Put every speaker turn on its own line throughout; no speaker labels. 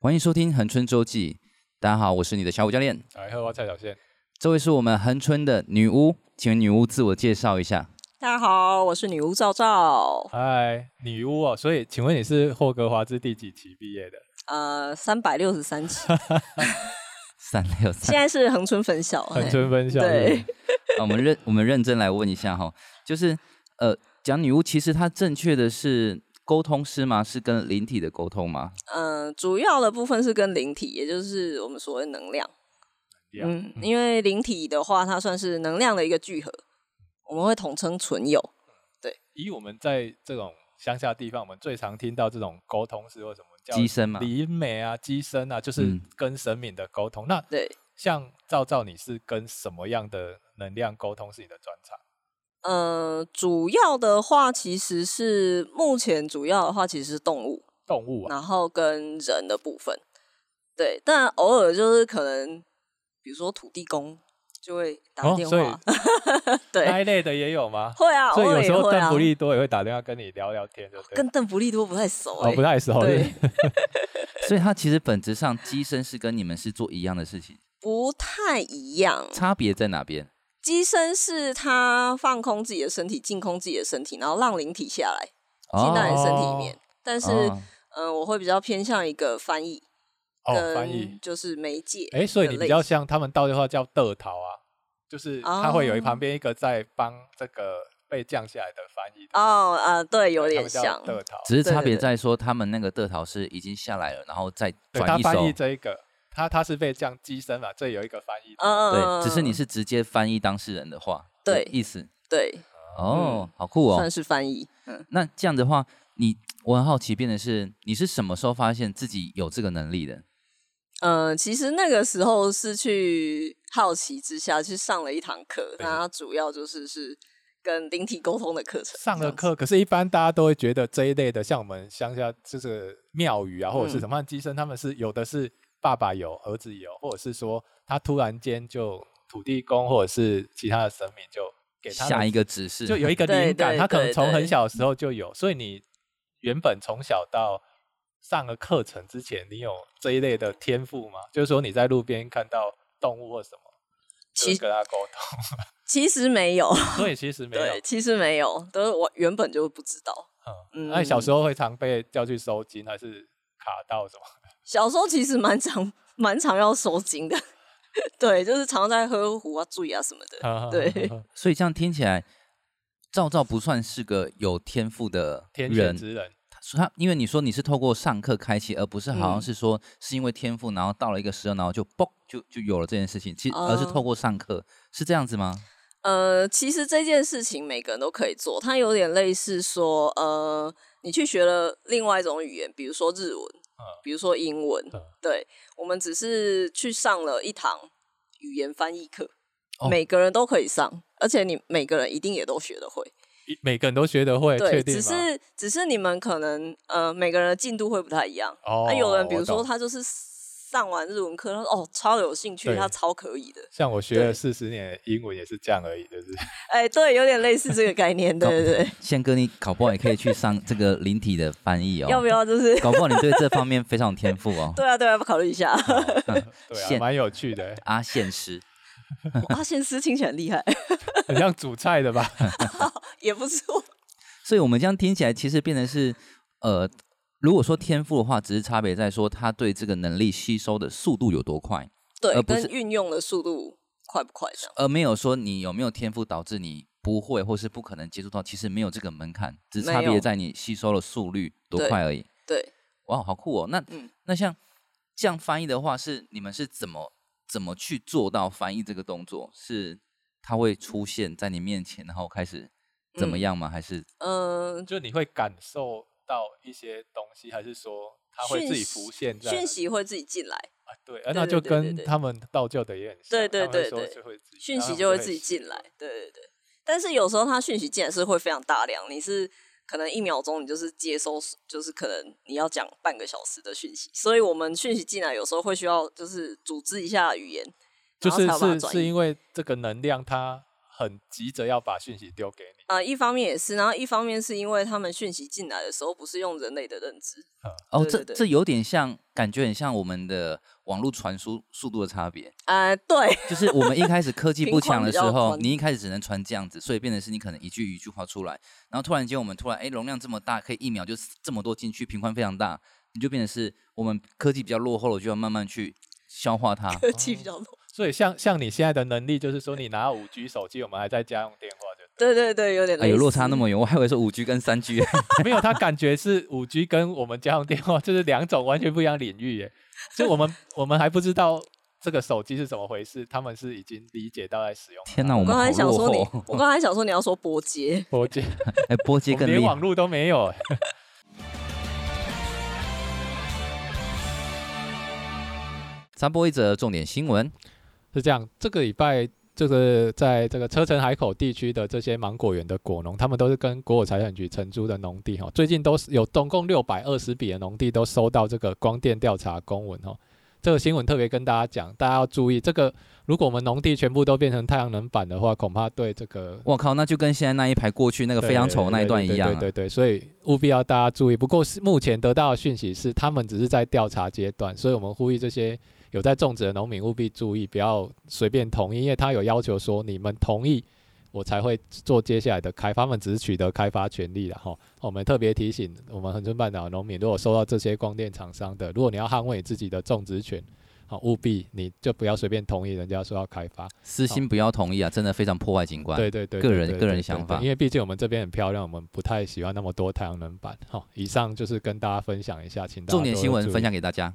欢迎收听恒春周记。大家好，我是你的小五教练，
哎，喝我蔡小宪，
这位是我们恒春的女巫，请问女巫自我介绍一下。
大家好，我是女巫赵赵，
嗨，女巫哦，所以请问你是霍格华兹第几期毕业的？
呃，三百六十三期，
三六
现
三，
在是恒春分校，
恒
嘿
春分校是不
对
是
啊我 们认我们认真来问一下哈，就是呃，讲女巫其实它正确的是沟通师吗？是跟灵体的沟通吗？
嗯，主要的部分是跟灵体，也就是我们所谓能量。
Yeah，
嗯，因为灵体的话，它算是能量的一个聚合，我们会统称存有。
以我们在这种乡下地方，我们最常听到这种沟通是或什么叫
机身吗？
灵媒啊、机身啊，就是
嗯
跟神明的沟通。那
对，
像赵赵，你是跟什么样的能量沟通是你的专长？
呃，主要的话其实是目前主要的话其实是动物，
动物啊，
然后跟人的部分。对，但偶尔就是可能，比如说土地公就会打
哦
电
所以
话，
那
对，
一类的也有吗？
会啊，
所以
偶
有
尔
时
也
候
会
邓
啊
布。利多也会打电话跟你聊聊天，对不对
跟？邓福利多不太熟
哦，
哎、
不太熟，是不是
对，
所以它其实本质上机身是跟你们是做一样的事情，
不太一样。
差别在哪边？
机身是他放空自己的身体，净空自己的身体，然后让灵体下来进到你身体里面。但是，嗯、
哦
我会比较偏向一个翻译，
哦，翻译。
就是媒介的类型。
哎，所以你比较像他们道的话叫得逃啊，就是他会有一
哦
旁边一个在帮这个被降下来的翻译的，
哦啊、对，有
他
点
们叫
像，
得逃。
只是差
对对
别
对
在说他们那个得逃是已经下来了，然后再
对他
转一
翻
手
译。这一个，他他是被降机身嘛，这有一个翻译的。
嗯，
对，只是你
嗯
是直接翻译当事人的话，
对
意思
对，
哦，好酷哦
嗯算。是翻译。嗯，
那这样的话，你我很好奇，变的是你是什么时候发现自己有这个能力的？
呃，其实那个时候是去好奇之下去上了一堂课，
对
那它主要就是是跟灵体沟通的课程。
上
这
了
样子
课，可是，一般大家都会觉得这一类的，像我们乡下就是庙宇啊，或者
嗯
是什么机身，他们是有的是爸爸有，儿子有，或者是说他突然间就土地公或者是其他的神明就给他
下
们
一个指示
就有一个
对
灵感，
对
他可能
对
从很
对
小的时候就有，所以你原本从小到上了课程之前，你有这一类的天赋吗？就是说你在路边看到动物或什么，就
其
跟他沟通，
其实没有，
所以其实没有。
对，其实没有，都是我原本就不知道。
嗯，那你小时候会常被叫去收金，还是卡到什么？
小时候其实蛮常蛮常要收金的， 对，就是常常在喝壶啊、醉啊什么的。对，
所以这样听起来，赵赵不算是个有天赋的
天选
人，
之人。
所以他因为你说你是透过上课开启，而不是好像
嗯
是说是因为天赋，然后到了一个时候，然后就嘣就就有了这件事情，其实而是
哦
透过上课，是这样子吗？
呃，其实这件事情每个人都可以做，它有点类似说，呃，你去学了另外一种语言，比如说日文，比如说英文，
嗯
对我们只是去上了一堂语言翻译课，
哦
每个人都可以上，而且你每个人一定也都学得会。
一每个人都学得会，哎确
对，
定吗？
只是只是你们可能呃每个人的进度会不太一样。
哦
啊，有人比
我
如说
懂
他就是上完日文课，他说哦超有兴趣，
对
他超可以的。
像我学了
对
四十年的英文也是这样而已，就是
哎，对，有点类似这个概念，对对对。
宪哥，你搞不好也可以去上这个灵体的翻译哦。
要不？要就是。
搞不好你对这方面非常有天赋哦
对啊对啊，要不考虑一下？
对啊，
现
蛮有趣的，
阿宪师，
阿宪师听起来很厉害，
很像煮菜的吧？
也不错。
所以我们这样听起来，其实变成是，呃，如果说天赋的话，只是差别在说他对这个能力吸收的速度有多快，
对
呃
而，不
跟
是
运用的速度快不快这样？
而没有说你有没有天赋导致你不会或是不可能接触到，其实没有这个门槛，只是差
没
别
有
在你吸收的速率多
对
快而已。
对，
哇，好酷哦！那、
嗯
那像这样翻译的话，是你们是怎么怎么去做到翻译这个动作？是它会出现在你面前，然后开始怎么
嗯
样吗？还是
嗯，
就你会感受到一些东西，还是说它会
讯
自己
息
浮现在
讯息会自己进来，
啊？对，啊那
对对
就
对对
跟
对
他们道教的也很像，
对对
他们
对
说
对
就会自己
讯
然后
息
他们
就会
会
自己进
写
来。对对对，但是有时候它讯息进来是会非常大量，你是可能一秒钟你就是接收，就是可能你要讲半个小时的讯息，所以我们讯息进来有时候会需要就是组织一下语言，
就
然后才
是
有办法
是
转
是
译
因为这个能量它很急着要把讯息丢给你，
呃，一方面也是，然后一方面是因为他们讯息进来的时候不是用人类的认知，
哦，
对
这
对对
这有点像，感觉很像我们的网络传输速度的差别。
呃，对，
就是我们一开始科 技
频
不强
宽
的
比
时
较
候，
宽
你一开始只能传这样子，所以变成是你可能一句一句话出来，然后突然间我们突然哎容量这么大，可以一秒就这么多进去，频宽非常大，你就变成是我们科技比较落后了，就要慢慢去消化 它。
科技比较弱。
所以像像你现在的能力，就是说你拿五 G 手机，我们还在家用电话就
对对对，有点
哎，有落差
类似
那么远，我还以为是五 G 跟三 G，哎
没有，他感觉是五 G 跟我们家用电话就是两种完全不一样领域耶。就我们我们还不知道这个手机是怎么回事，他们是已经理解到在使用它。
天哪，我
我
我
们
刚
好
才想
落
说你
后，。
我刚才想说你要说 波接，
我觉得
哎，波
我
接
们
更
连
厉害
网。络都没有耶。
插播一则重点新闻，
是这样，这个礼拜这个在这个车城海口地区的这些芒果园的果农，他们都是跟国有财产局承租的农地哈、哦最近都是有总共六百二十笔的农地都收到这个光电调查公文哈、哦这个新闻特别跟大家讲，大家要注意，这个如果我们农地全部都变成太阳能板的话，恐怕对这个
我靠，那就跟现在那一排过去那个非常丑的那一段一样啊
对对对对对，所以务必要大家注意。不过是目前得到的讯息是，他们只是在调查阶段，所以我们呼吁这些有在种植的农民务必注意，不要随便同意，因为他有要求说你们同意。我才会做接下来的开发，他们只是取得开发权利了哈。哦我们特别提醒我们恒春半岛的农民，如果收到这些光电厂商的，如果你要捍卫自己的种植权，好务必你就不要随便同意人家说要开发。
私心不要同意啊，真的非常破坏景观。
对对对，
个
对
人
对
个
对
人
对
想
对
法
因为毕竟我们这边很漂亮，我们不太喜欢那么多太阳能板。好、以上就是跟大家分享一下，请大家
重点
多
新
多
闻
注
分
意
享给大家。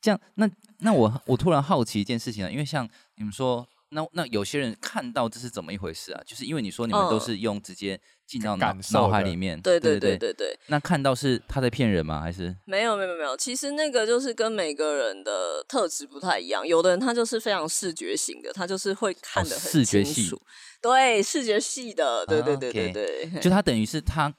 这样，那那我我突然好奇一件事情啊了，因为像你们说，那那有些人看到这是怎么一回事啊？就是因为你说你们都
嗯
是用直接进到脑
感受
脑海
的
里面，
对
对
对
对。
对对对，
那看到是他在骗人吗？还是
没有没有没有，其实那个就是跟每个人的特质不太一样，有的人他就是非常视觉型的，他就是会看得
哦视
很
觉
清
系啊
楚，对视觉系的，对对对对
OK
对，嘿
就他等于是他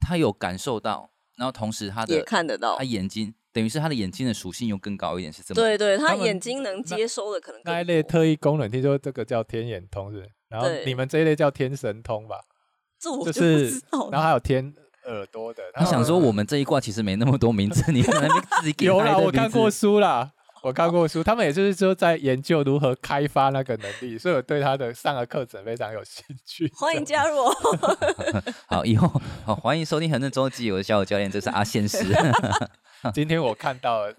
他有感受到，然后同时他
也
的
看得到
他，眼睛等于是他的眼睛的属性又更高一点，是这么
对对，他
们
眼睛能接收的可能更
那一类
多
特异功能，听说这个叫天眼通是不是然后
对
你们这一类叫天神通吧，
这我
就
不
是
知道了，
然后还有天耳朵的。
他
然后
想说我们这一卦其实没那么多名字，你在那边自己给
呃 有
他一
啦，
堆
我看
名字
过书啦，我看过书，他们也就是说在研究如何开发那个能力，所以我对他的上个课程非常有兴趣。
欢迎加入哦，
好，以后好欢迎收听《恒正周记》，我是小友教练，这是阿现 实，
今天我看到了，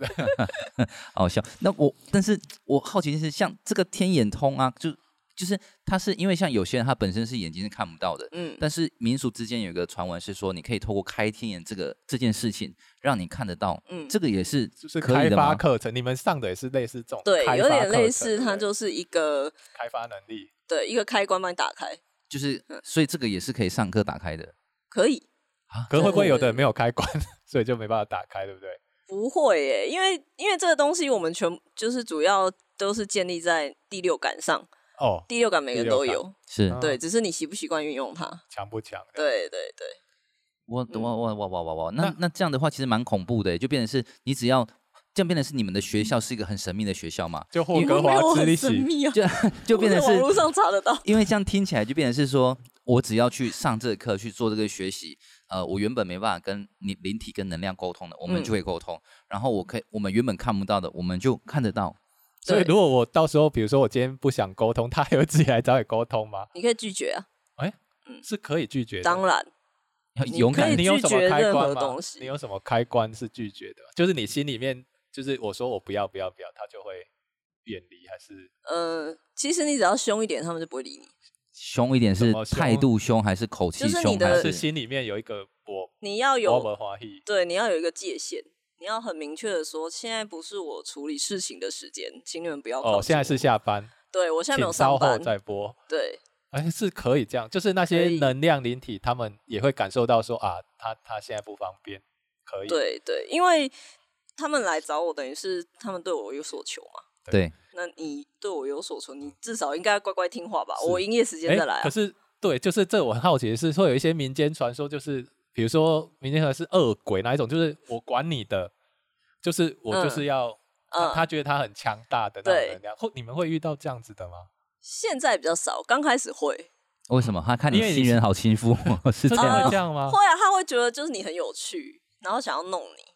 好笑。那我，但是我好奇的是，像这个天眼通啊，就就是它是因为像有些人他本身是眼睛是看不到的，
嗯，
但是民俗之间有一个传闻是说，你可以透过开天眼这个这件事情，让你看得到，
嗯
这个也是
就是
可以
开
的
发
吗？
课程，你们上的也是类似这种
对，
开
有
发
点
课
类
程
似，
对不
它
对
就是一个
开发能力。
对一个开关帮你打开，
就是所以这个也是可以上课打开的。
可以。
可是会不会有的
对对
人没有开关，所以就没办法打开，对不对？
不会耶，因为因为这个东西我们全就是主要都是建立在第六感上，
哦，
第六感每个人都
第六
有，
是
嗯
对，只是你习不习惯运用它。
强不强？，
对对对，
我我
嗯
我我我我我，那
那
那这样的话，其实蛮恐怖的，欸就变成是你只要这样变成是你们的学校是一个很神秘的学校嘛，
就霍
因
格
我没
华
有
兹利
很神
奇，
秘啊，
就就变成
我在网
是
络上查得到。
因为这样听起来就变成是说，我只要去上这个课去做这个学习，呃，我原本没办法跟你灵体跟能量沟通的，我们
嗯
就会沟通。然后我可以，我们原本看不到的，我们就看得到。
所以
对
如果我到时候，比如说我今天不想沟通，他还会自己来找你沟通吗？
你可以拒绝啊，
是可以拒绝的。
当然，
要
你
勇
可
敢
以
你有
拒
什么
绝
开
任
关
何
吗
东西
你有什么开关是拒绝的？就是你心里面，就是我说我不要不要不要，他就会远离，还是
呃，其实你只要凶一点，他们就不会理你。
凶一点
怎
是
么凶
态度凶还是口气
就是你
凶还
的
还
呃
是心里面有一个我
你要
我们
有
欢喜？
对，你要有一个界限，你要很明确的说，现在不是我处理事情的时间，请你们不要靠近我。
哦，现在是下班，
对我现在没有
请
上
稍后
班，
再播。
对
哎，是可以这样，就是那些
可以
能量灵体，他们也会感受到说啊，他他现在不方便，可以。哎
对对，因为他们来找我，等于是他们对我有所求嘛。
对，
那你对我有所求，你至少应该乖乖听话吧？
是
我营业时间
诶
再来、啊
可。是对，就是这我很好奇的是，会有一些民间传说，就是比如说民间传说是恶鬼哪一种，就是我管你的，就是我就是要、他他
嗯，
觉得他很强大的那种
对
能量，会你们会遇到这样子的吗？
现在比较少，刚开始会，
为什么？他看你
因为你
新人好欺负，是这
真的
样
会
吗
这？样吗？
会啊，他会觉得就是你很有趣，然后想要弄你。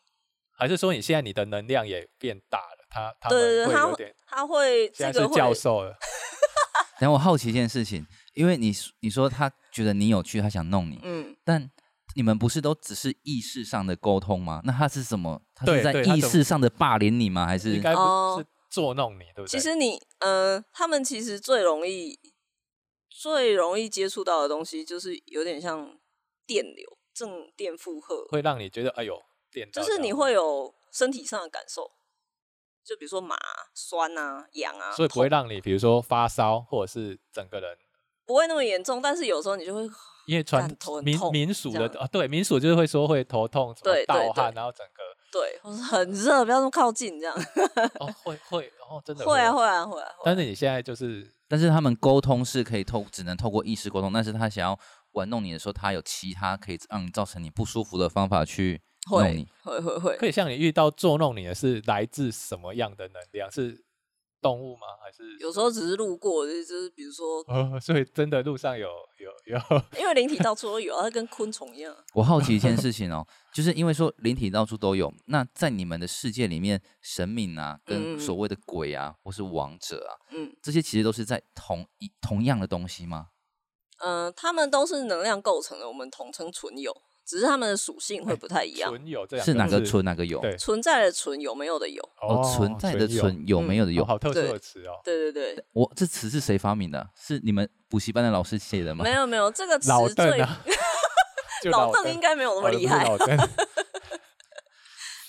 还是说你现在你的能量也变大了？他他
对
们
对对，
会
他
有
会
点，
他会这
现在
个
是
会
教授了，
等一下我好奇一件事情，因为你你说他觉得你有趣，他想弄你，
嗯，
但你们不是都只是意识上的沟通吗？那他是什么？他是
对
在
对他
意
怎么
识上的霸凌你吗？还
应
是
该
哦
不是捉弄你，对不对？
其实你呃，他们其实最容易最容易接触到的东西，就是有点像电流、正电负荷，
会让你觉得哎呦，电到
就是
这
你
样
会有身体上的感受，就比如说麻、酸啊、痒啊，
所以不会
痛
让你比如说发烧，或者是整个人，
不会那么严重，但是有时候你就会
因为传
干头很
民
痛
民俗的
这
啊，对民俗就是会说会头痛、什么
对对
盗汗，
对
然后整个
对，或是很热，不要那么靠近，这样
哦会会哦真的
会啊
有。
会啊会啊，会啊
但是你现在就是
但是他们沟通是可以透，只能透过意识沟通，但是他想要玩弄你的时候，他有其他可以让你造成你不舒服的方法去弄
会
你。
会会会
可以像你遇到捉弄你的是来自什么样的能量？是动物吗？还是
有时候只是路过，就是就是比如说，
哦，所以真的路上有有有，
因为灵体到处都有啊，它跟昆虫一样。
我好奇一件事情哦，就是因为说灵体到处都有，那在你们的世界里面，神明啊，
嗯
跟所谓的鬼啊，或是王者啊，
嗯
这些其实都是在同一同样的东西吗？
嗯，他们都是能量构成的，我们统称纯有，只是它们的属性会不 太一样。
哎存有这两
是哪个
字
存哪个有？
啊对
存在的存有没有的有？
哦，存在的
有
存
嗯
有没有的有
哦？好特殊
对
的词哦。
对对对，
我这词是谁发明的？是你们补习班的老师写的吗？
没有没有，这个词
老
最
邓啊， 就
老
邓
邓应该没有那么厉害。
哦不 是老邓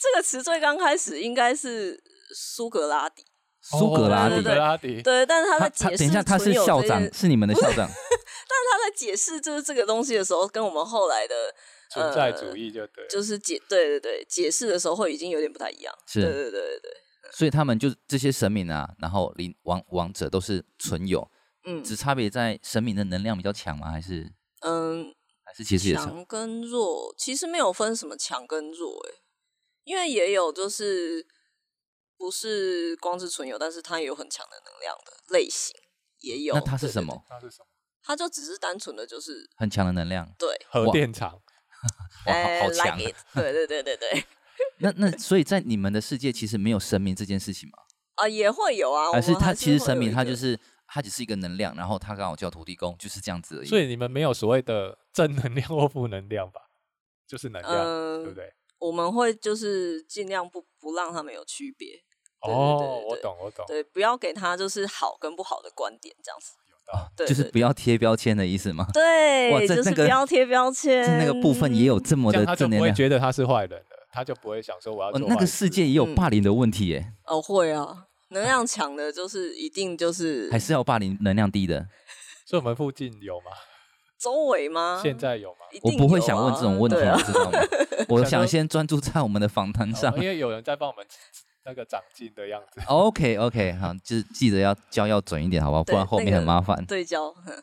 这个词最刚开始应该是苏格拉底，
苏格拉
哦
底
苏。格拉底，
对，但是他
他
在
他
解释
等一下，他是
存有
校
这
长
件，
是你们的 校长。
他在解释就是这个东西的时候，跟我们后来的
存在主义就对了。
呃就是解对对对解释的时候会已经有点不太一样。
是
对对对对对，
所以他们就这些神明啊，然后灵王王者都是存有，
嗯
只差别在神明的能量比较强吗？还是
嗯，
还是其实也是
强跟弱其实没有分什么强跟弱、欸，因为也有就是不是光是纯有，但是它也有很强的能量的类型，也有。
那它是
对
什？
对对
么？
那是什么？
它就只是单纯的就是
很强的能量，
对，
核电厂
哇，好好
呃
强啊
，like！it，对对对对对，
那那所以在你们的世界其实没有神明这件事情吗？
啊，也会有啊。我
还
们
是他
还
其实
会
神
有
明
一
他
个
就是他只是一个能量，然后他刚好叫土地公，就是这样子而已。
所以你们没有所谓的正能量或负能量吧？就是能量，
嗯、
对不对？
我们会就是尽量不不让他们有区别，对对对
哦，我
对
懂，我懂，
对，不要给他就是好跟不好的观点这样子。
道
对，
就是
对
不要贴标签的意思吗？哇
对，
在
就
那
是
个
不要贴标签
在。那个部分也有这么
这
的
样他就
正
不
能
会
量。
觉得他是坏人了，他就不会想说我要
哦
做，
那
坏
个世
事
界也有
嗯
霸凌的问题耶，
哦，会啊，能量强的就是一定就是
还是要霸凌能量低的。
所以我们附近有吗？
周围吗？
现在有吗？
一
我
定
不会
有
想问
啊
这种问题，
对啊
你知 道吗？我
想
想
说
先专注在我们的访谈上
哦。因为有人在帮我们那个长进的样子。
OK OK，好，就是记得要教要准一点，好不好？不
哦对
然后
那
面很
个
麻烦。
对焦，哼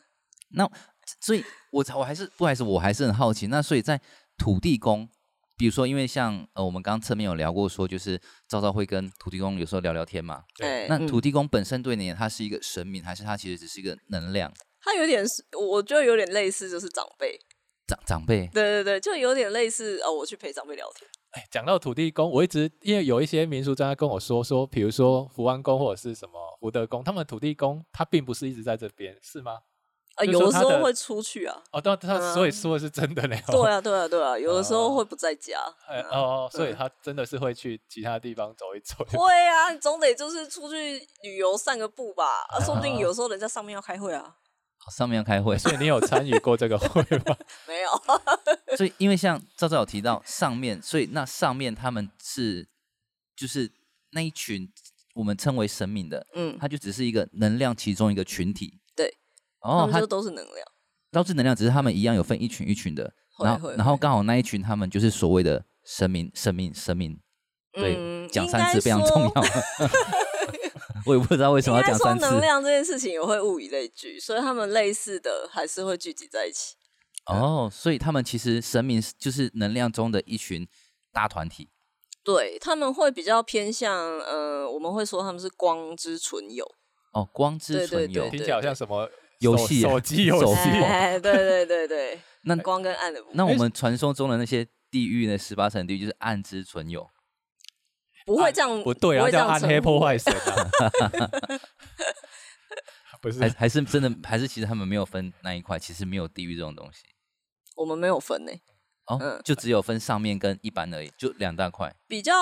所以我才我还是不好意思，我还是很好奇。那所以在土地公，比如说，因为像呃，我们刚刚侧面有聊过说，就是赵赵会跟土地公有时候聊聊天嘛。
对
哎，
那
嗯
土地公本身对你，他是一个神明，还是他其实只是一个能量
他有点是，我觉得有点类似，就是长辈，
长长辈？
对对对，就有点类似哦，我去陪长辈聊天，
哎，讲到土地公，我一直因为有一些民俗专家跟我说，说比如说福安宫或者是什么福德宫，他们的土地公他并不是一直在这边，是吗？
啊，
就
有
说
的时
他
候
的
会出去啊，
哦，但
嗯
他所以说的是真的嘞、
对 啊，对啊，对啊，有的时候
哦
会不在家，
呃
哎
嗯
哦，所以他真的是会去其他地方走一走。
会啊，你总得就是出去旅游散个步吧，啊，说不
哦
定有时候人家上面要开会啊，
好上面要开会，
所以你有参与过这个会吗？
没有，
所以因为像赵赵有提到上面，所以那上面他们是就是那一群我们称为神明的，
嗯，
他就只是一个能量其中一个群体。
对，他
哦，
们
他
就都是能量，
高智能量，只是他们一样有分一群一群的，
会
然后
会
然后
会
刚好那一群他们就是所谓的神明神明神明，对，
嗯
讲
应
三
该
次非常
说
重要。我也不知道为什么要
应该
讲
说
三次
能量这件事情也会物以类聚，所以他们类似的还是会聚集在一起。
哦，所以他们其实神明是就是能量中的一群大团体，
对，他们会比较偏向，呃，我们会说他们是光之存有，
哦，光之
对对
存有
对
听起来好像什么
游
手
戏啊
手机游
手
戏
机
哎，对对对对，
哦 那
光跟暗的不
那我们传说中的那些地狱呢，十八层地狱就是暗之存有，
不会这样，
不对啊，
会这
叫
样
暗
称
黑
呼
破坏神啊， 不是
还还是真的还是其实他们没有分那一块，其实没有地狱这种东西
我们没有分呢、
哦，
呃
嗯
就只有分上面跟一般而已，就两大块。
比较，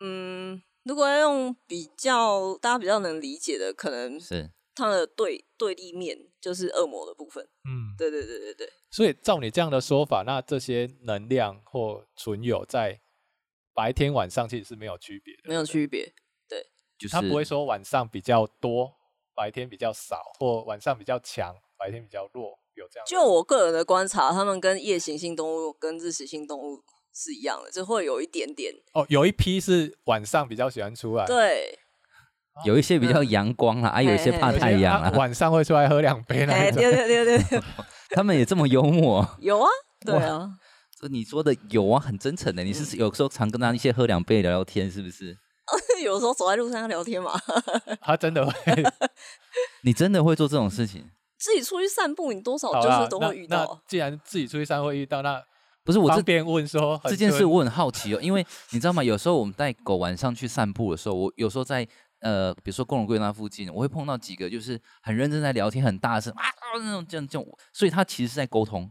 嗯，如果要用比较大家比较能理解的，可能
是
它的对对立面就是恶魔的部分。
嗯，
对对对对对，
所以照你这样的说法，那这些能量或存有在白天晚上其实是没有区别的，
没有区别。
就是
他不会说晚上比较多，白天比较少，或晚上比较强，白天比较弱，有这样的。
就我个人的观察，他们跟夜行性动物跟日食性动物是一样的，就会有一点点
哦，有一批是晚上比较喜欢
哎
出来，
对，
有一些比
嗯
较阳光啦，啊，有一些
嘿嘿
怕
有些
太阳
啊
啦，
晚上会出来喝两杯那
哎，
一种。
对对对对 对，
他们也这么幽默。
有啊，对啊，
这你说的有啊，很真诚的。你
嗯
是有时候常跟他一些喝两杯聊聊天，是不是？
有时候走在路上要聊天嘛，
他真的会，
哦
你真的会做这种事情？
自己出去散步，你多少
好
就
啦
是，都
那
会遇
那
到。
既然自己出去散会遇到，那
不是哎我
方
这
便问说恒
这件事
春
我很好奇哦，因为你知道吗？有时候我们带狗晚上去散步的时候，我有时候在呃，比如说工农贵那附近，我会碰到几个就是很认真在聊天，很大声啊啊那种这样这种，所以他其实是在沟通。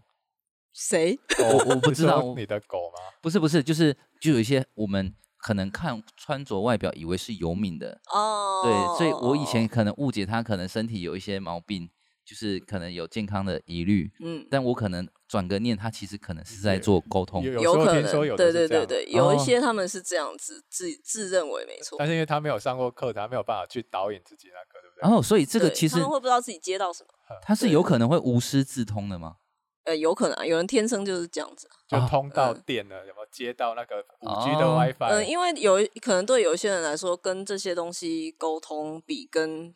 谁？
我我不
你
知道
说，你的狗吗？
不是不是，就是就有一些我们可能看穿着外表以为是游民的，
哦，
对，所以我以前可能误解他可能身体有一些毛病，就是可能有健康的疑虑，
嗯。
但我可能转个念，他其实可能是在
也
做沟通。
有
有
时候
可
听说有
能，
的
对
是这
对对
样
对，有一
哦
些他们是这样子自自认为没错，
但是因为他没有上过课，他没有办法去导引自己那个，对不对？
然后，所以这个
对
其实
他们会不知道自己接到什么，
他是
对
有可能会无师自通的吗？
呃，有可能啊有人天生就是这样子啊，
就
啊
通到
嗯
电了，有没有接到那个五 G 的
哦
WiFi？、
嗯，因为有一可能对有一些人来说，跟这些东西沟通比跟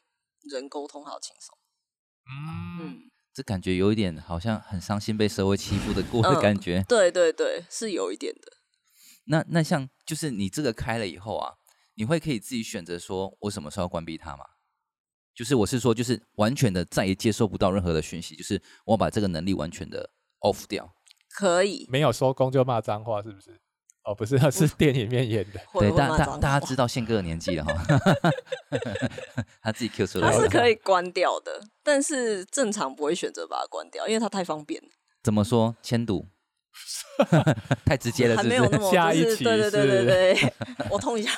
人沟通还要轻松，
嗯，
嗯，
这感觉有一点好像很伤心被社会欺负的过的
嗯
感觉。
对对对，是有一点的，
那那像就是你这个开了以后啊，你会可以自己选择说我什么时候要关闭它吗？就是我是说，就是完全的再也接收不到任何的讯息，就是我要把这个能力完全的 off 掉。
可以
没有收工就骂脏话，是不是？哦，不是，是电影里面 演的。
会
对，
会
大
骂
大
脏话
大家知道宪哥的年纪了哈， 他自己 Q 出来
它
了。
是可以关掉的，但是正常不会选择把它关掉，因为它太方便了，
怎么说？迁 赌，太直接了，
还
是不
没有那
是？
么
下
就
一
是
期
对对对
是
对对，我痛一下。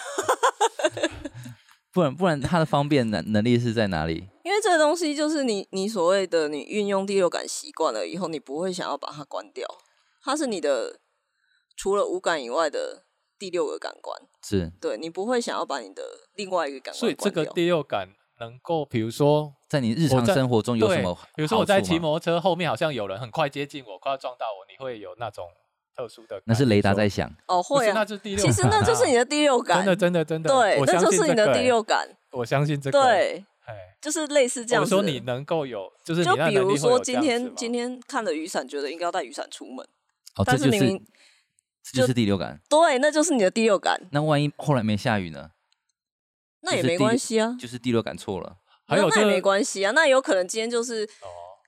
不然不然，他的方便能能力是在哪里？
因为这个东西就是你你所谓的你运用第六感习惯了以后，你不会想要把它关掉，它是你的除了五感以外的第六个感官，
是
对你不会想要把你的另外一个感
所
官
以这
关
个
掉。
第六感能够，比如说，
在你日
我
常
在
生活中有什
对
么？
比如说我在骑，摩托车，后面好像有人很快接近我，快要撞到我，你会有那种特殊的感觉？
那是雷达
说
在响。
哦，
不
会
是
啊
那，是第六感
其
啊。
实那就是你的第六感，
真的真的真的，
对
我，
那
相
就
信
是你
这
的
个
第
欸
六感，
我相信这个。，
对，
哎，
就是类似这样
我
子的。
说你能够有，就是你
就
那
比
能
如
力会有
说
这
今
样子
天
吗
今天看了雨伞，觉得应该要带雨伞出门，
哦，这
但
就是
明明
这就
就是
第六感。
对，那就是你的第六感，
那万一后来没下雨呢？
那
就
也
是
没
第
关系啊，
就是第六感错了。
还
那
有
那也
这
没关系啊，那有可能今天就是
哦。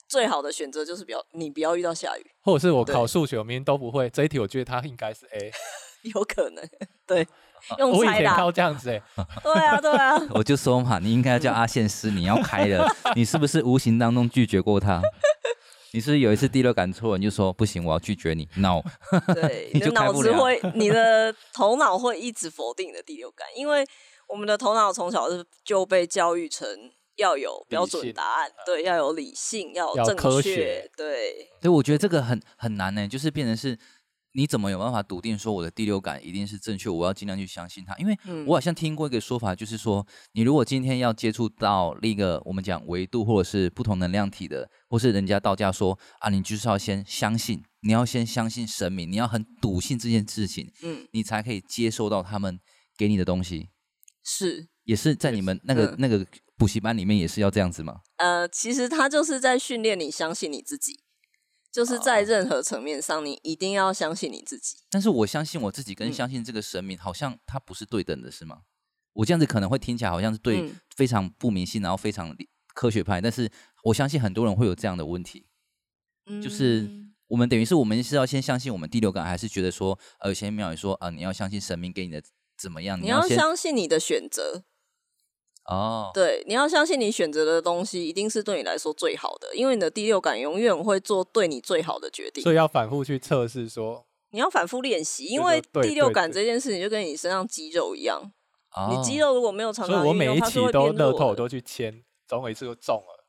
最好的选择就是不要你不要遇到下雨，
或者是我
对
考数学，我明明都不会这一题，我觉得它应该是 A。
有可能 对 用
我以
猜
前
的啊，
靠这样 子哎、
对啊对啊，
我就说嘛，你应该叫阿宪师，你要开 了，你是不是无形当中拒绝过他？你是不是有一次第六感错了，你就说不行，我要拒绝你，no，
对，
你
你
就
的
开
脑
不
子
了
会，你的头脑会一直否定你的第六感，因为我们的头脑从小是就被教育成要有标
理性嗯
准答案，对，要有理性，要
要
有正
科
确，
学
对，
所以我觉得这个很很难呢、就是变成是，你怎么有办法笃定说我的第六感一定是正确？我要尽量去相信它，因为
嗯
我好像听过一个说法，就是说，你如果今天要接触到另一个我们讲维度或者是不同能量体的，或是人家道家说啊，你就是要先相信，你要先相信神明，你要很笃信这件事情，
嗯，
你才可以接受到他们给你的东西。
是，
也是在你们那个、
嗯
那个补习班里面也是要这样子吗？
呃，其实它就是在训练你相信你自己，就是
哦
在任何层面上，你一定要相信你自己。
但是我相信我自己跟
嗯
相信这个神明，好像它不是对等的，是吗？我这样子可能会听起来好像是对
嗯
非常不迷信，然后非常理科学派，但是我相信很多人会有这样的问题，就是
嗯
我们等于是我们是要先相信我们第六感，还是觉得说，呃，有些庙宇说啊、你要相信神明给你的怎么样？
你要
先
相信你的选择，
哦，
对，你要相信你选择的东西一定是对你来说最好的，因为你的第六感永远会做对你最好的决定
所。以要反复去测试说，
你要反复练习，因
对
为
对
第六
对
感
对
这件事情就跟你身上肌肉一样，
哦
你肌肉如果没有常
所
常
以我
运
每
用，
一
它是
期
会
都
变
乐透
弱
我
的。
都去签，总有一次就中了。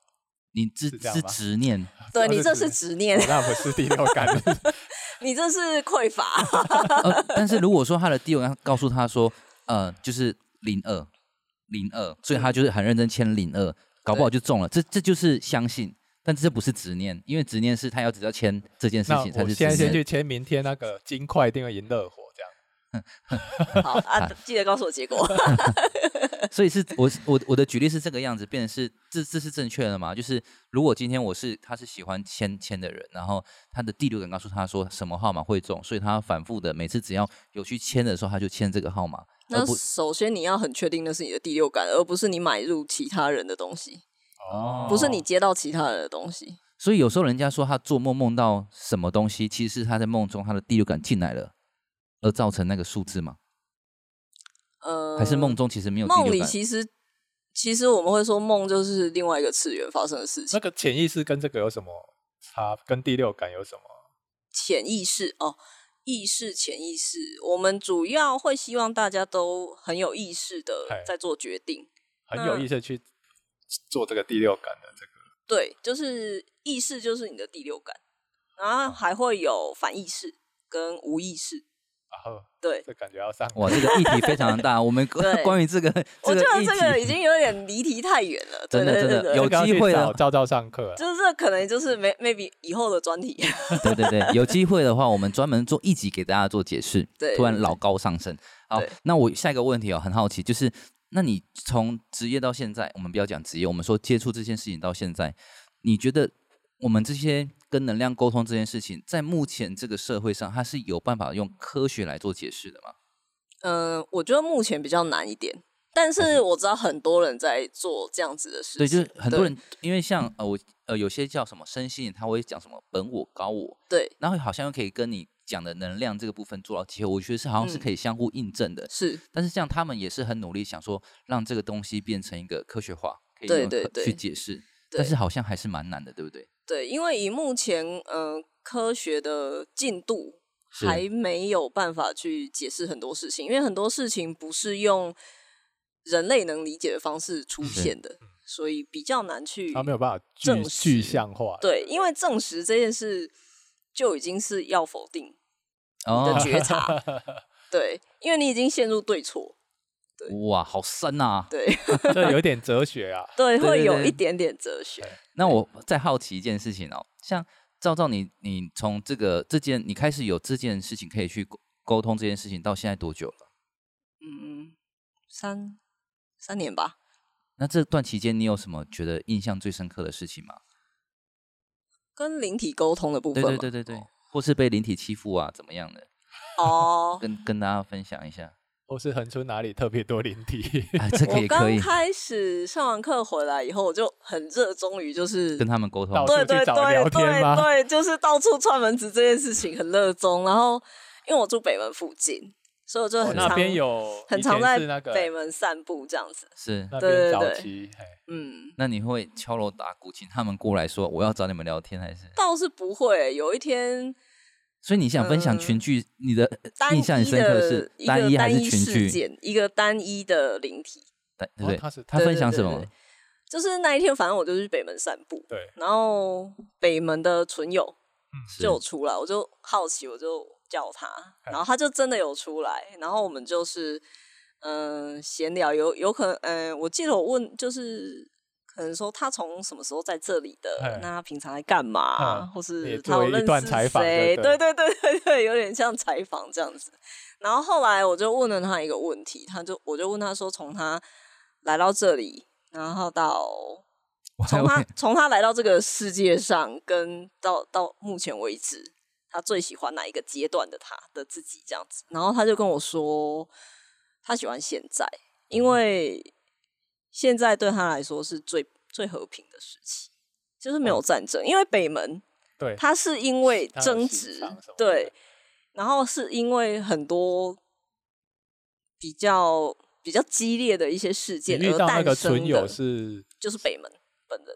你这
是这样
是
吧
执念，
对
都
你
是
这
指
是执念
哦，那不是第六感，
你这是匮乏。
呃，但是如果说他的第六感告诉他说，呃，就是零二零二，所以他就是很认真签零二，搞不好就中了。这这就是相信，但这不是执念，因为执念是他要只要签这件事
那
情才
我
是
现在
执念。
先去签，明天那个金块一定会赢热火这样。
好 啊，记得告诉我结果。
啊
所以是我是我我的举例是这个样子，变成是这这是正确的嘛？就是如果今天我是他是喜欢签签的人，然后他的第六感告诉他说什么号码会中，所以他反复的每次只要有去签的时候，他就签这个号码，而
那
不
首先你要很确定那是你的第六感，而不是你买入其他人的东西，
哦
不是你接到其他人的东西。
所以有时候人家说他做梦梦到什么东西，其实是他在梦中他的第六感进来了，而造成那个数字嘛？
呃，
还是梦中其实没有第
梦
六
里
感？
其实其实我们会说梦就是另外一个次元发生的事
那
情，
个潜意识跟这个有什么差？跟第六感有什么？
潜意识哦。意识、潜意识，我们主要会希望大家都很有意识的
嗨
在做决定，
很有
那
意识去做这个第六感的这个。
对，就是意识就是你的第六感，然
哦
后还会有反意识跟无意识，
然后
对，
这感觉要上
哇，这个议题非常大。 我们
对
关于这个
我
这
觉得
议
这个已
题，
经有点离题太远了，对
真的
对
真
对
的
对
有
这个要
机
去
会
找
了
照照上课啊。
就是这可能就是没 maybe 以后的专题，
对对对，有机会的话，我们专门做一集给大家做解释。
对
突然
对
老高上升。好
对，
那我下一个问题哦，很好奇，就是那你从职业到现在，我们不要讲职业，我们说接触这件事情到现在，你觉得我们这些跟能量沟通这件事情，在目前这个社会上，它是有办法用科学来做解释的吗？
嗯、我觉得目前比较难一点，但是我知道很多人在做这样子的
嗯
事情，
对，就是很多人因为像呃我呃有些叫什么身心灵，他会讲什么本我、高我，
对
然后好像又可以跟你讲的能量这个部分做到结合，我觉得是好像是
嗯
可以相互印证的。
是
但是这样他们也是很努力，想说让这个东西变成一个科学化，可以
对
用
对
科
对
去解释。
对
但是好像还是蛮难的，对不对？
对，因为以目前嗯、呃科学的进度
是
还没有办法去解释很多事情，因为很多事情不是用人类能理解的方式出
是
现的，所以比较难去
啊他没有办法具
证实
具象化。
对，因为证实这件事就已经是要否定的
哦，
觉察，对，因为你已经陷入对错，
哇，好深啊！
对
这有点哲学啊。
对，
对
会
对
有
对
一点点哲学。
那我再好奇一件事情哦，像照照你，你从这个这件你开始有这件事情可以去沟沟通这件事情，到现在多久了？
嗯，三三年吧，
那这段期间你有什么觉得印象最深刻的事情吗？
跟灵体沟通的部
对
分哦嘛，
对对对对，或是被灵体欺负啊，怎么样的？
哦。
跟跟大家分享一下。
或是横村哪里特别多灵体，
哎，这个
我
也可
刚
以
开始上完课回来以后，我就很热衷于就是
跟他们沟通。
到
对
处去
对
找
对
聊天吗
对对，就是到处串门子这件事情很热衷。然后因为我住北门附近，所以
哦
我就
我
很
那
常
边有
很
以
常
前
在
是那个
北门散步这样子。
是，
那
对
边
对
早
对
期，嘿
嗯，
那你会敲锣打鼓请他们过来说我要找你们聊天，还是？
倒是不会。有一天
所以你想分享
呃
群聚，你的
单
印
一
象很深刻的
的
是
一
单
个
一还
单
是
一
群
事
聚？
件，一个单一的灵体，
单对
哦
不对
他是？
他
对
分
对
享
对
什
对
么
对？就是那一天，反正我就去北门散步，
对，
然后北门的纯友
是
就有出来，我就好奇，我就叫他，
嗯
然后他就真的有出来，然后我们就是嗯闲聊，有有可能嗯、呃我记得我问就是。可能说他从什么时候在这里的
嗯？
那他平常在干嘛？
嗯
或
也
是他
做
有
一
认
段
识
采访就
谁？
对
对对对对对，有点像采访这样子。然后后来我就问了他一个问题，他就我就问他说，从他来到这里，然后到
我还
从他哦
会
从他来到这个世界上，跟到到目前为止，他最喜欢哪一个阶段的他的自己这样子。然后他就跟我说，他喜欢现在，因为现在对他来说是最最和平的时期，就是没有战争，因为北门
哦对，
它是因为
它有
争
市
执
场什么，
对
的，
然后是因为很多比较比较激烈的一些事
你
件
遇
而
到那
诞
个
生
纯友
的，
是
就是北门本人，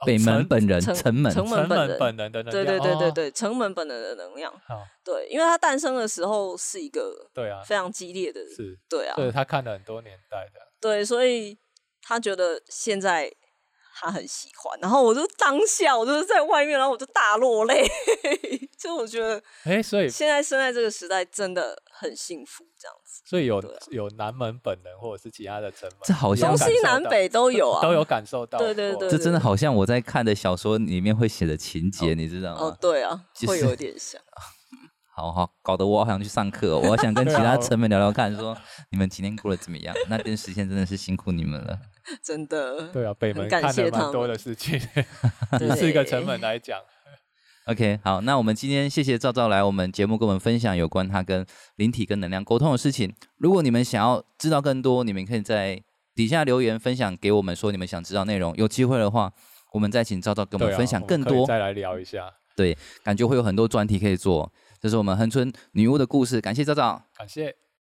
哦
北门
城
本人
城
城门，
城门
城
本
门
人
本人的能
对对
量
对对
哦
对，城门本人的能量，
好
对，因为它诞生的时候是一个
对啊，
非常激烈的，
是，
对啊，
对他看了很多年代的，
对，所以他觉得现在他很喜欢，然后我就当下我就是在外面，然后我就大落泪， 就我觉得
哎，所以
现在生在这个时代真的很幸福，这样子，
所以有
对啊
有南门本人或者是其他的城门，
这好
有
像
东
感
西
受
南
到
北都有啊，
都有感受到过，
对对对
这真的好像我在看的小说里面会写的情节，你知道
哦
吗，？
对啊，
其
会
实
有点像，
好好搞得我好想去上课哦，我好想跟其
对啊
他
我
城门聊聊看，说你们今天过得怎么样？那边实现真的是辛苦你们了。
真的，
对啊，北
很
门
感
看
谢
了
他
蛮多
们
的事情，
对，
以四个城门来讲，
OK，好，那我们今天谢谢赵赵来我们节目跟我们分享有关他跟灵体跟能量沟通的事情。如果你们想要知道更多，你们可以在底下留言分享给我们，说你们想知道内容。有机会的话，我们再请赵赵跟我
对
们
啊
分享
我们
更
可以
多，
再来聊一下。
感觉会有很多专题可以做。这是我们恒春女巫的故事，感谢赵赵。
感谢。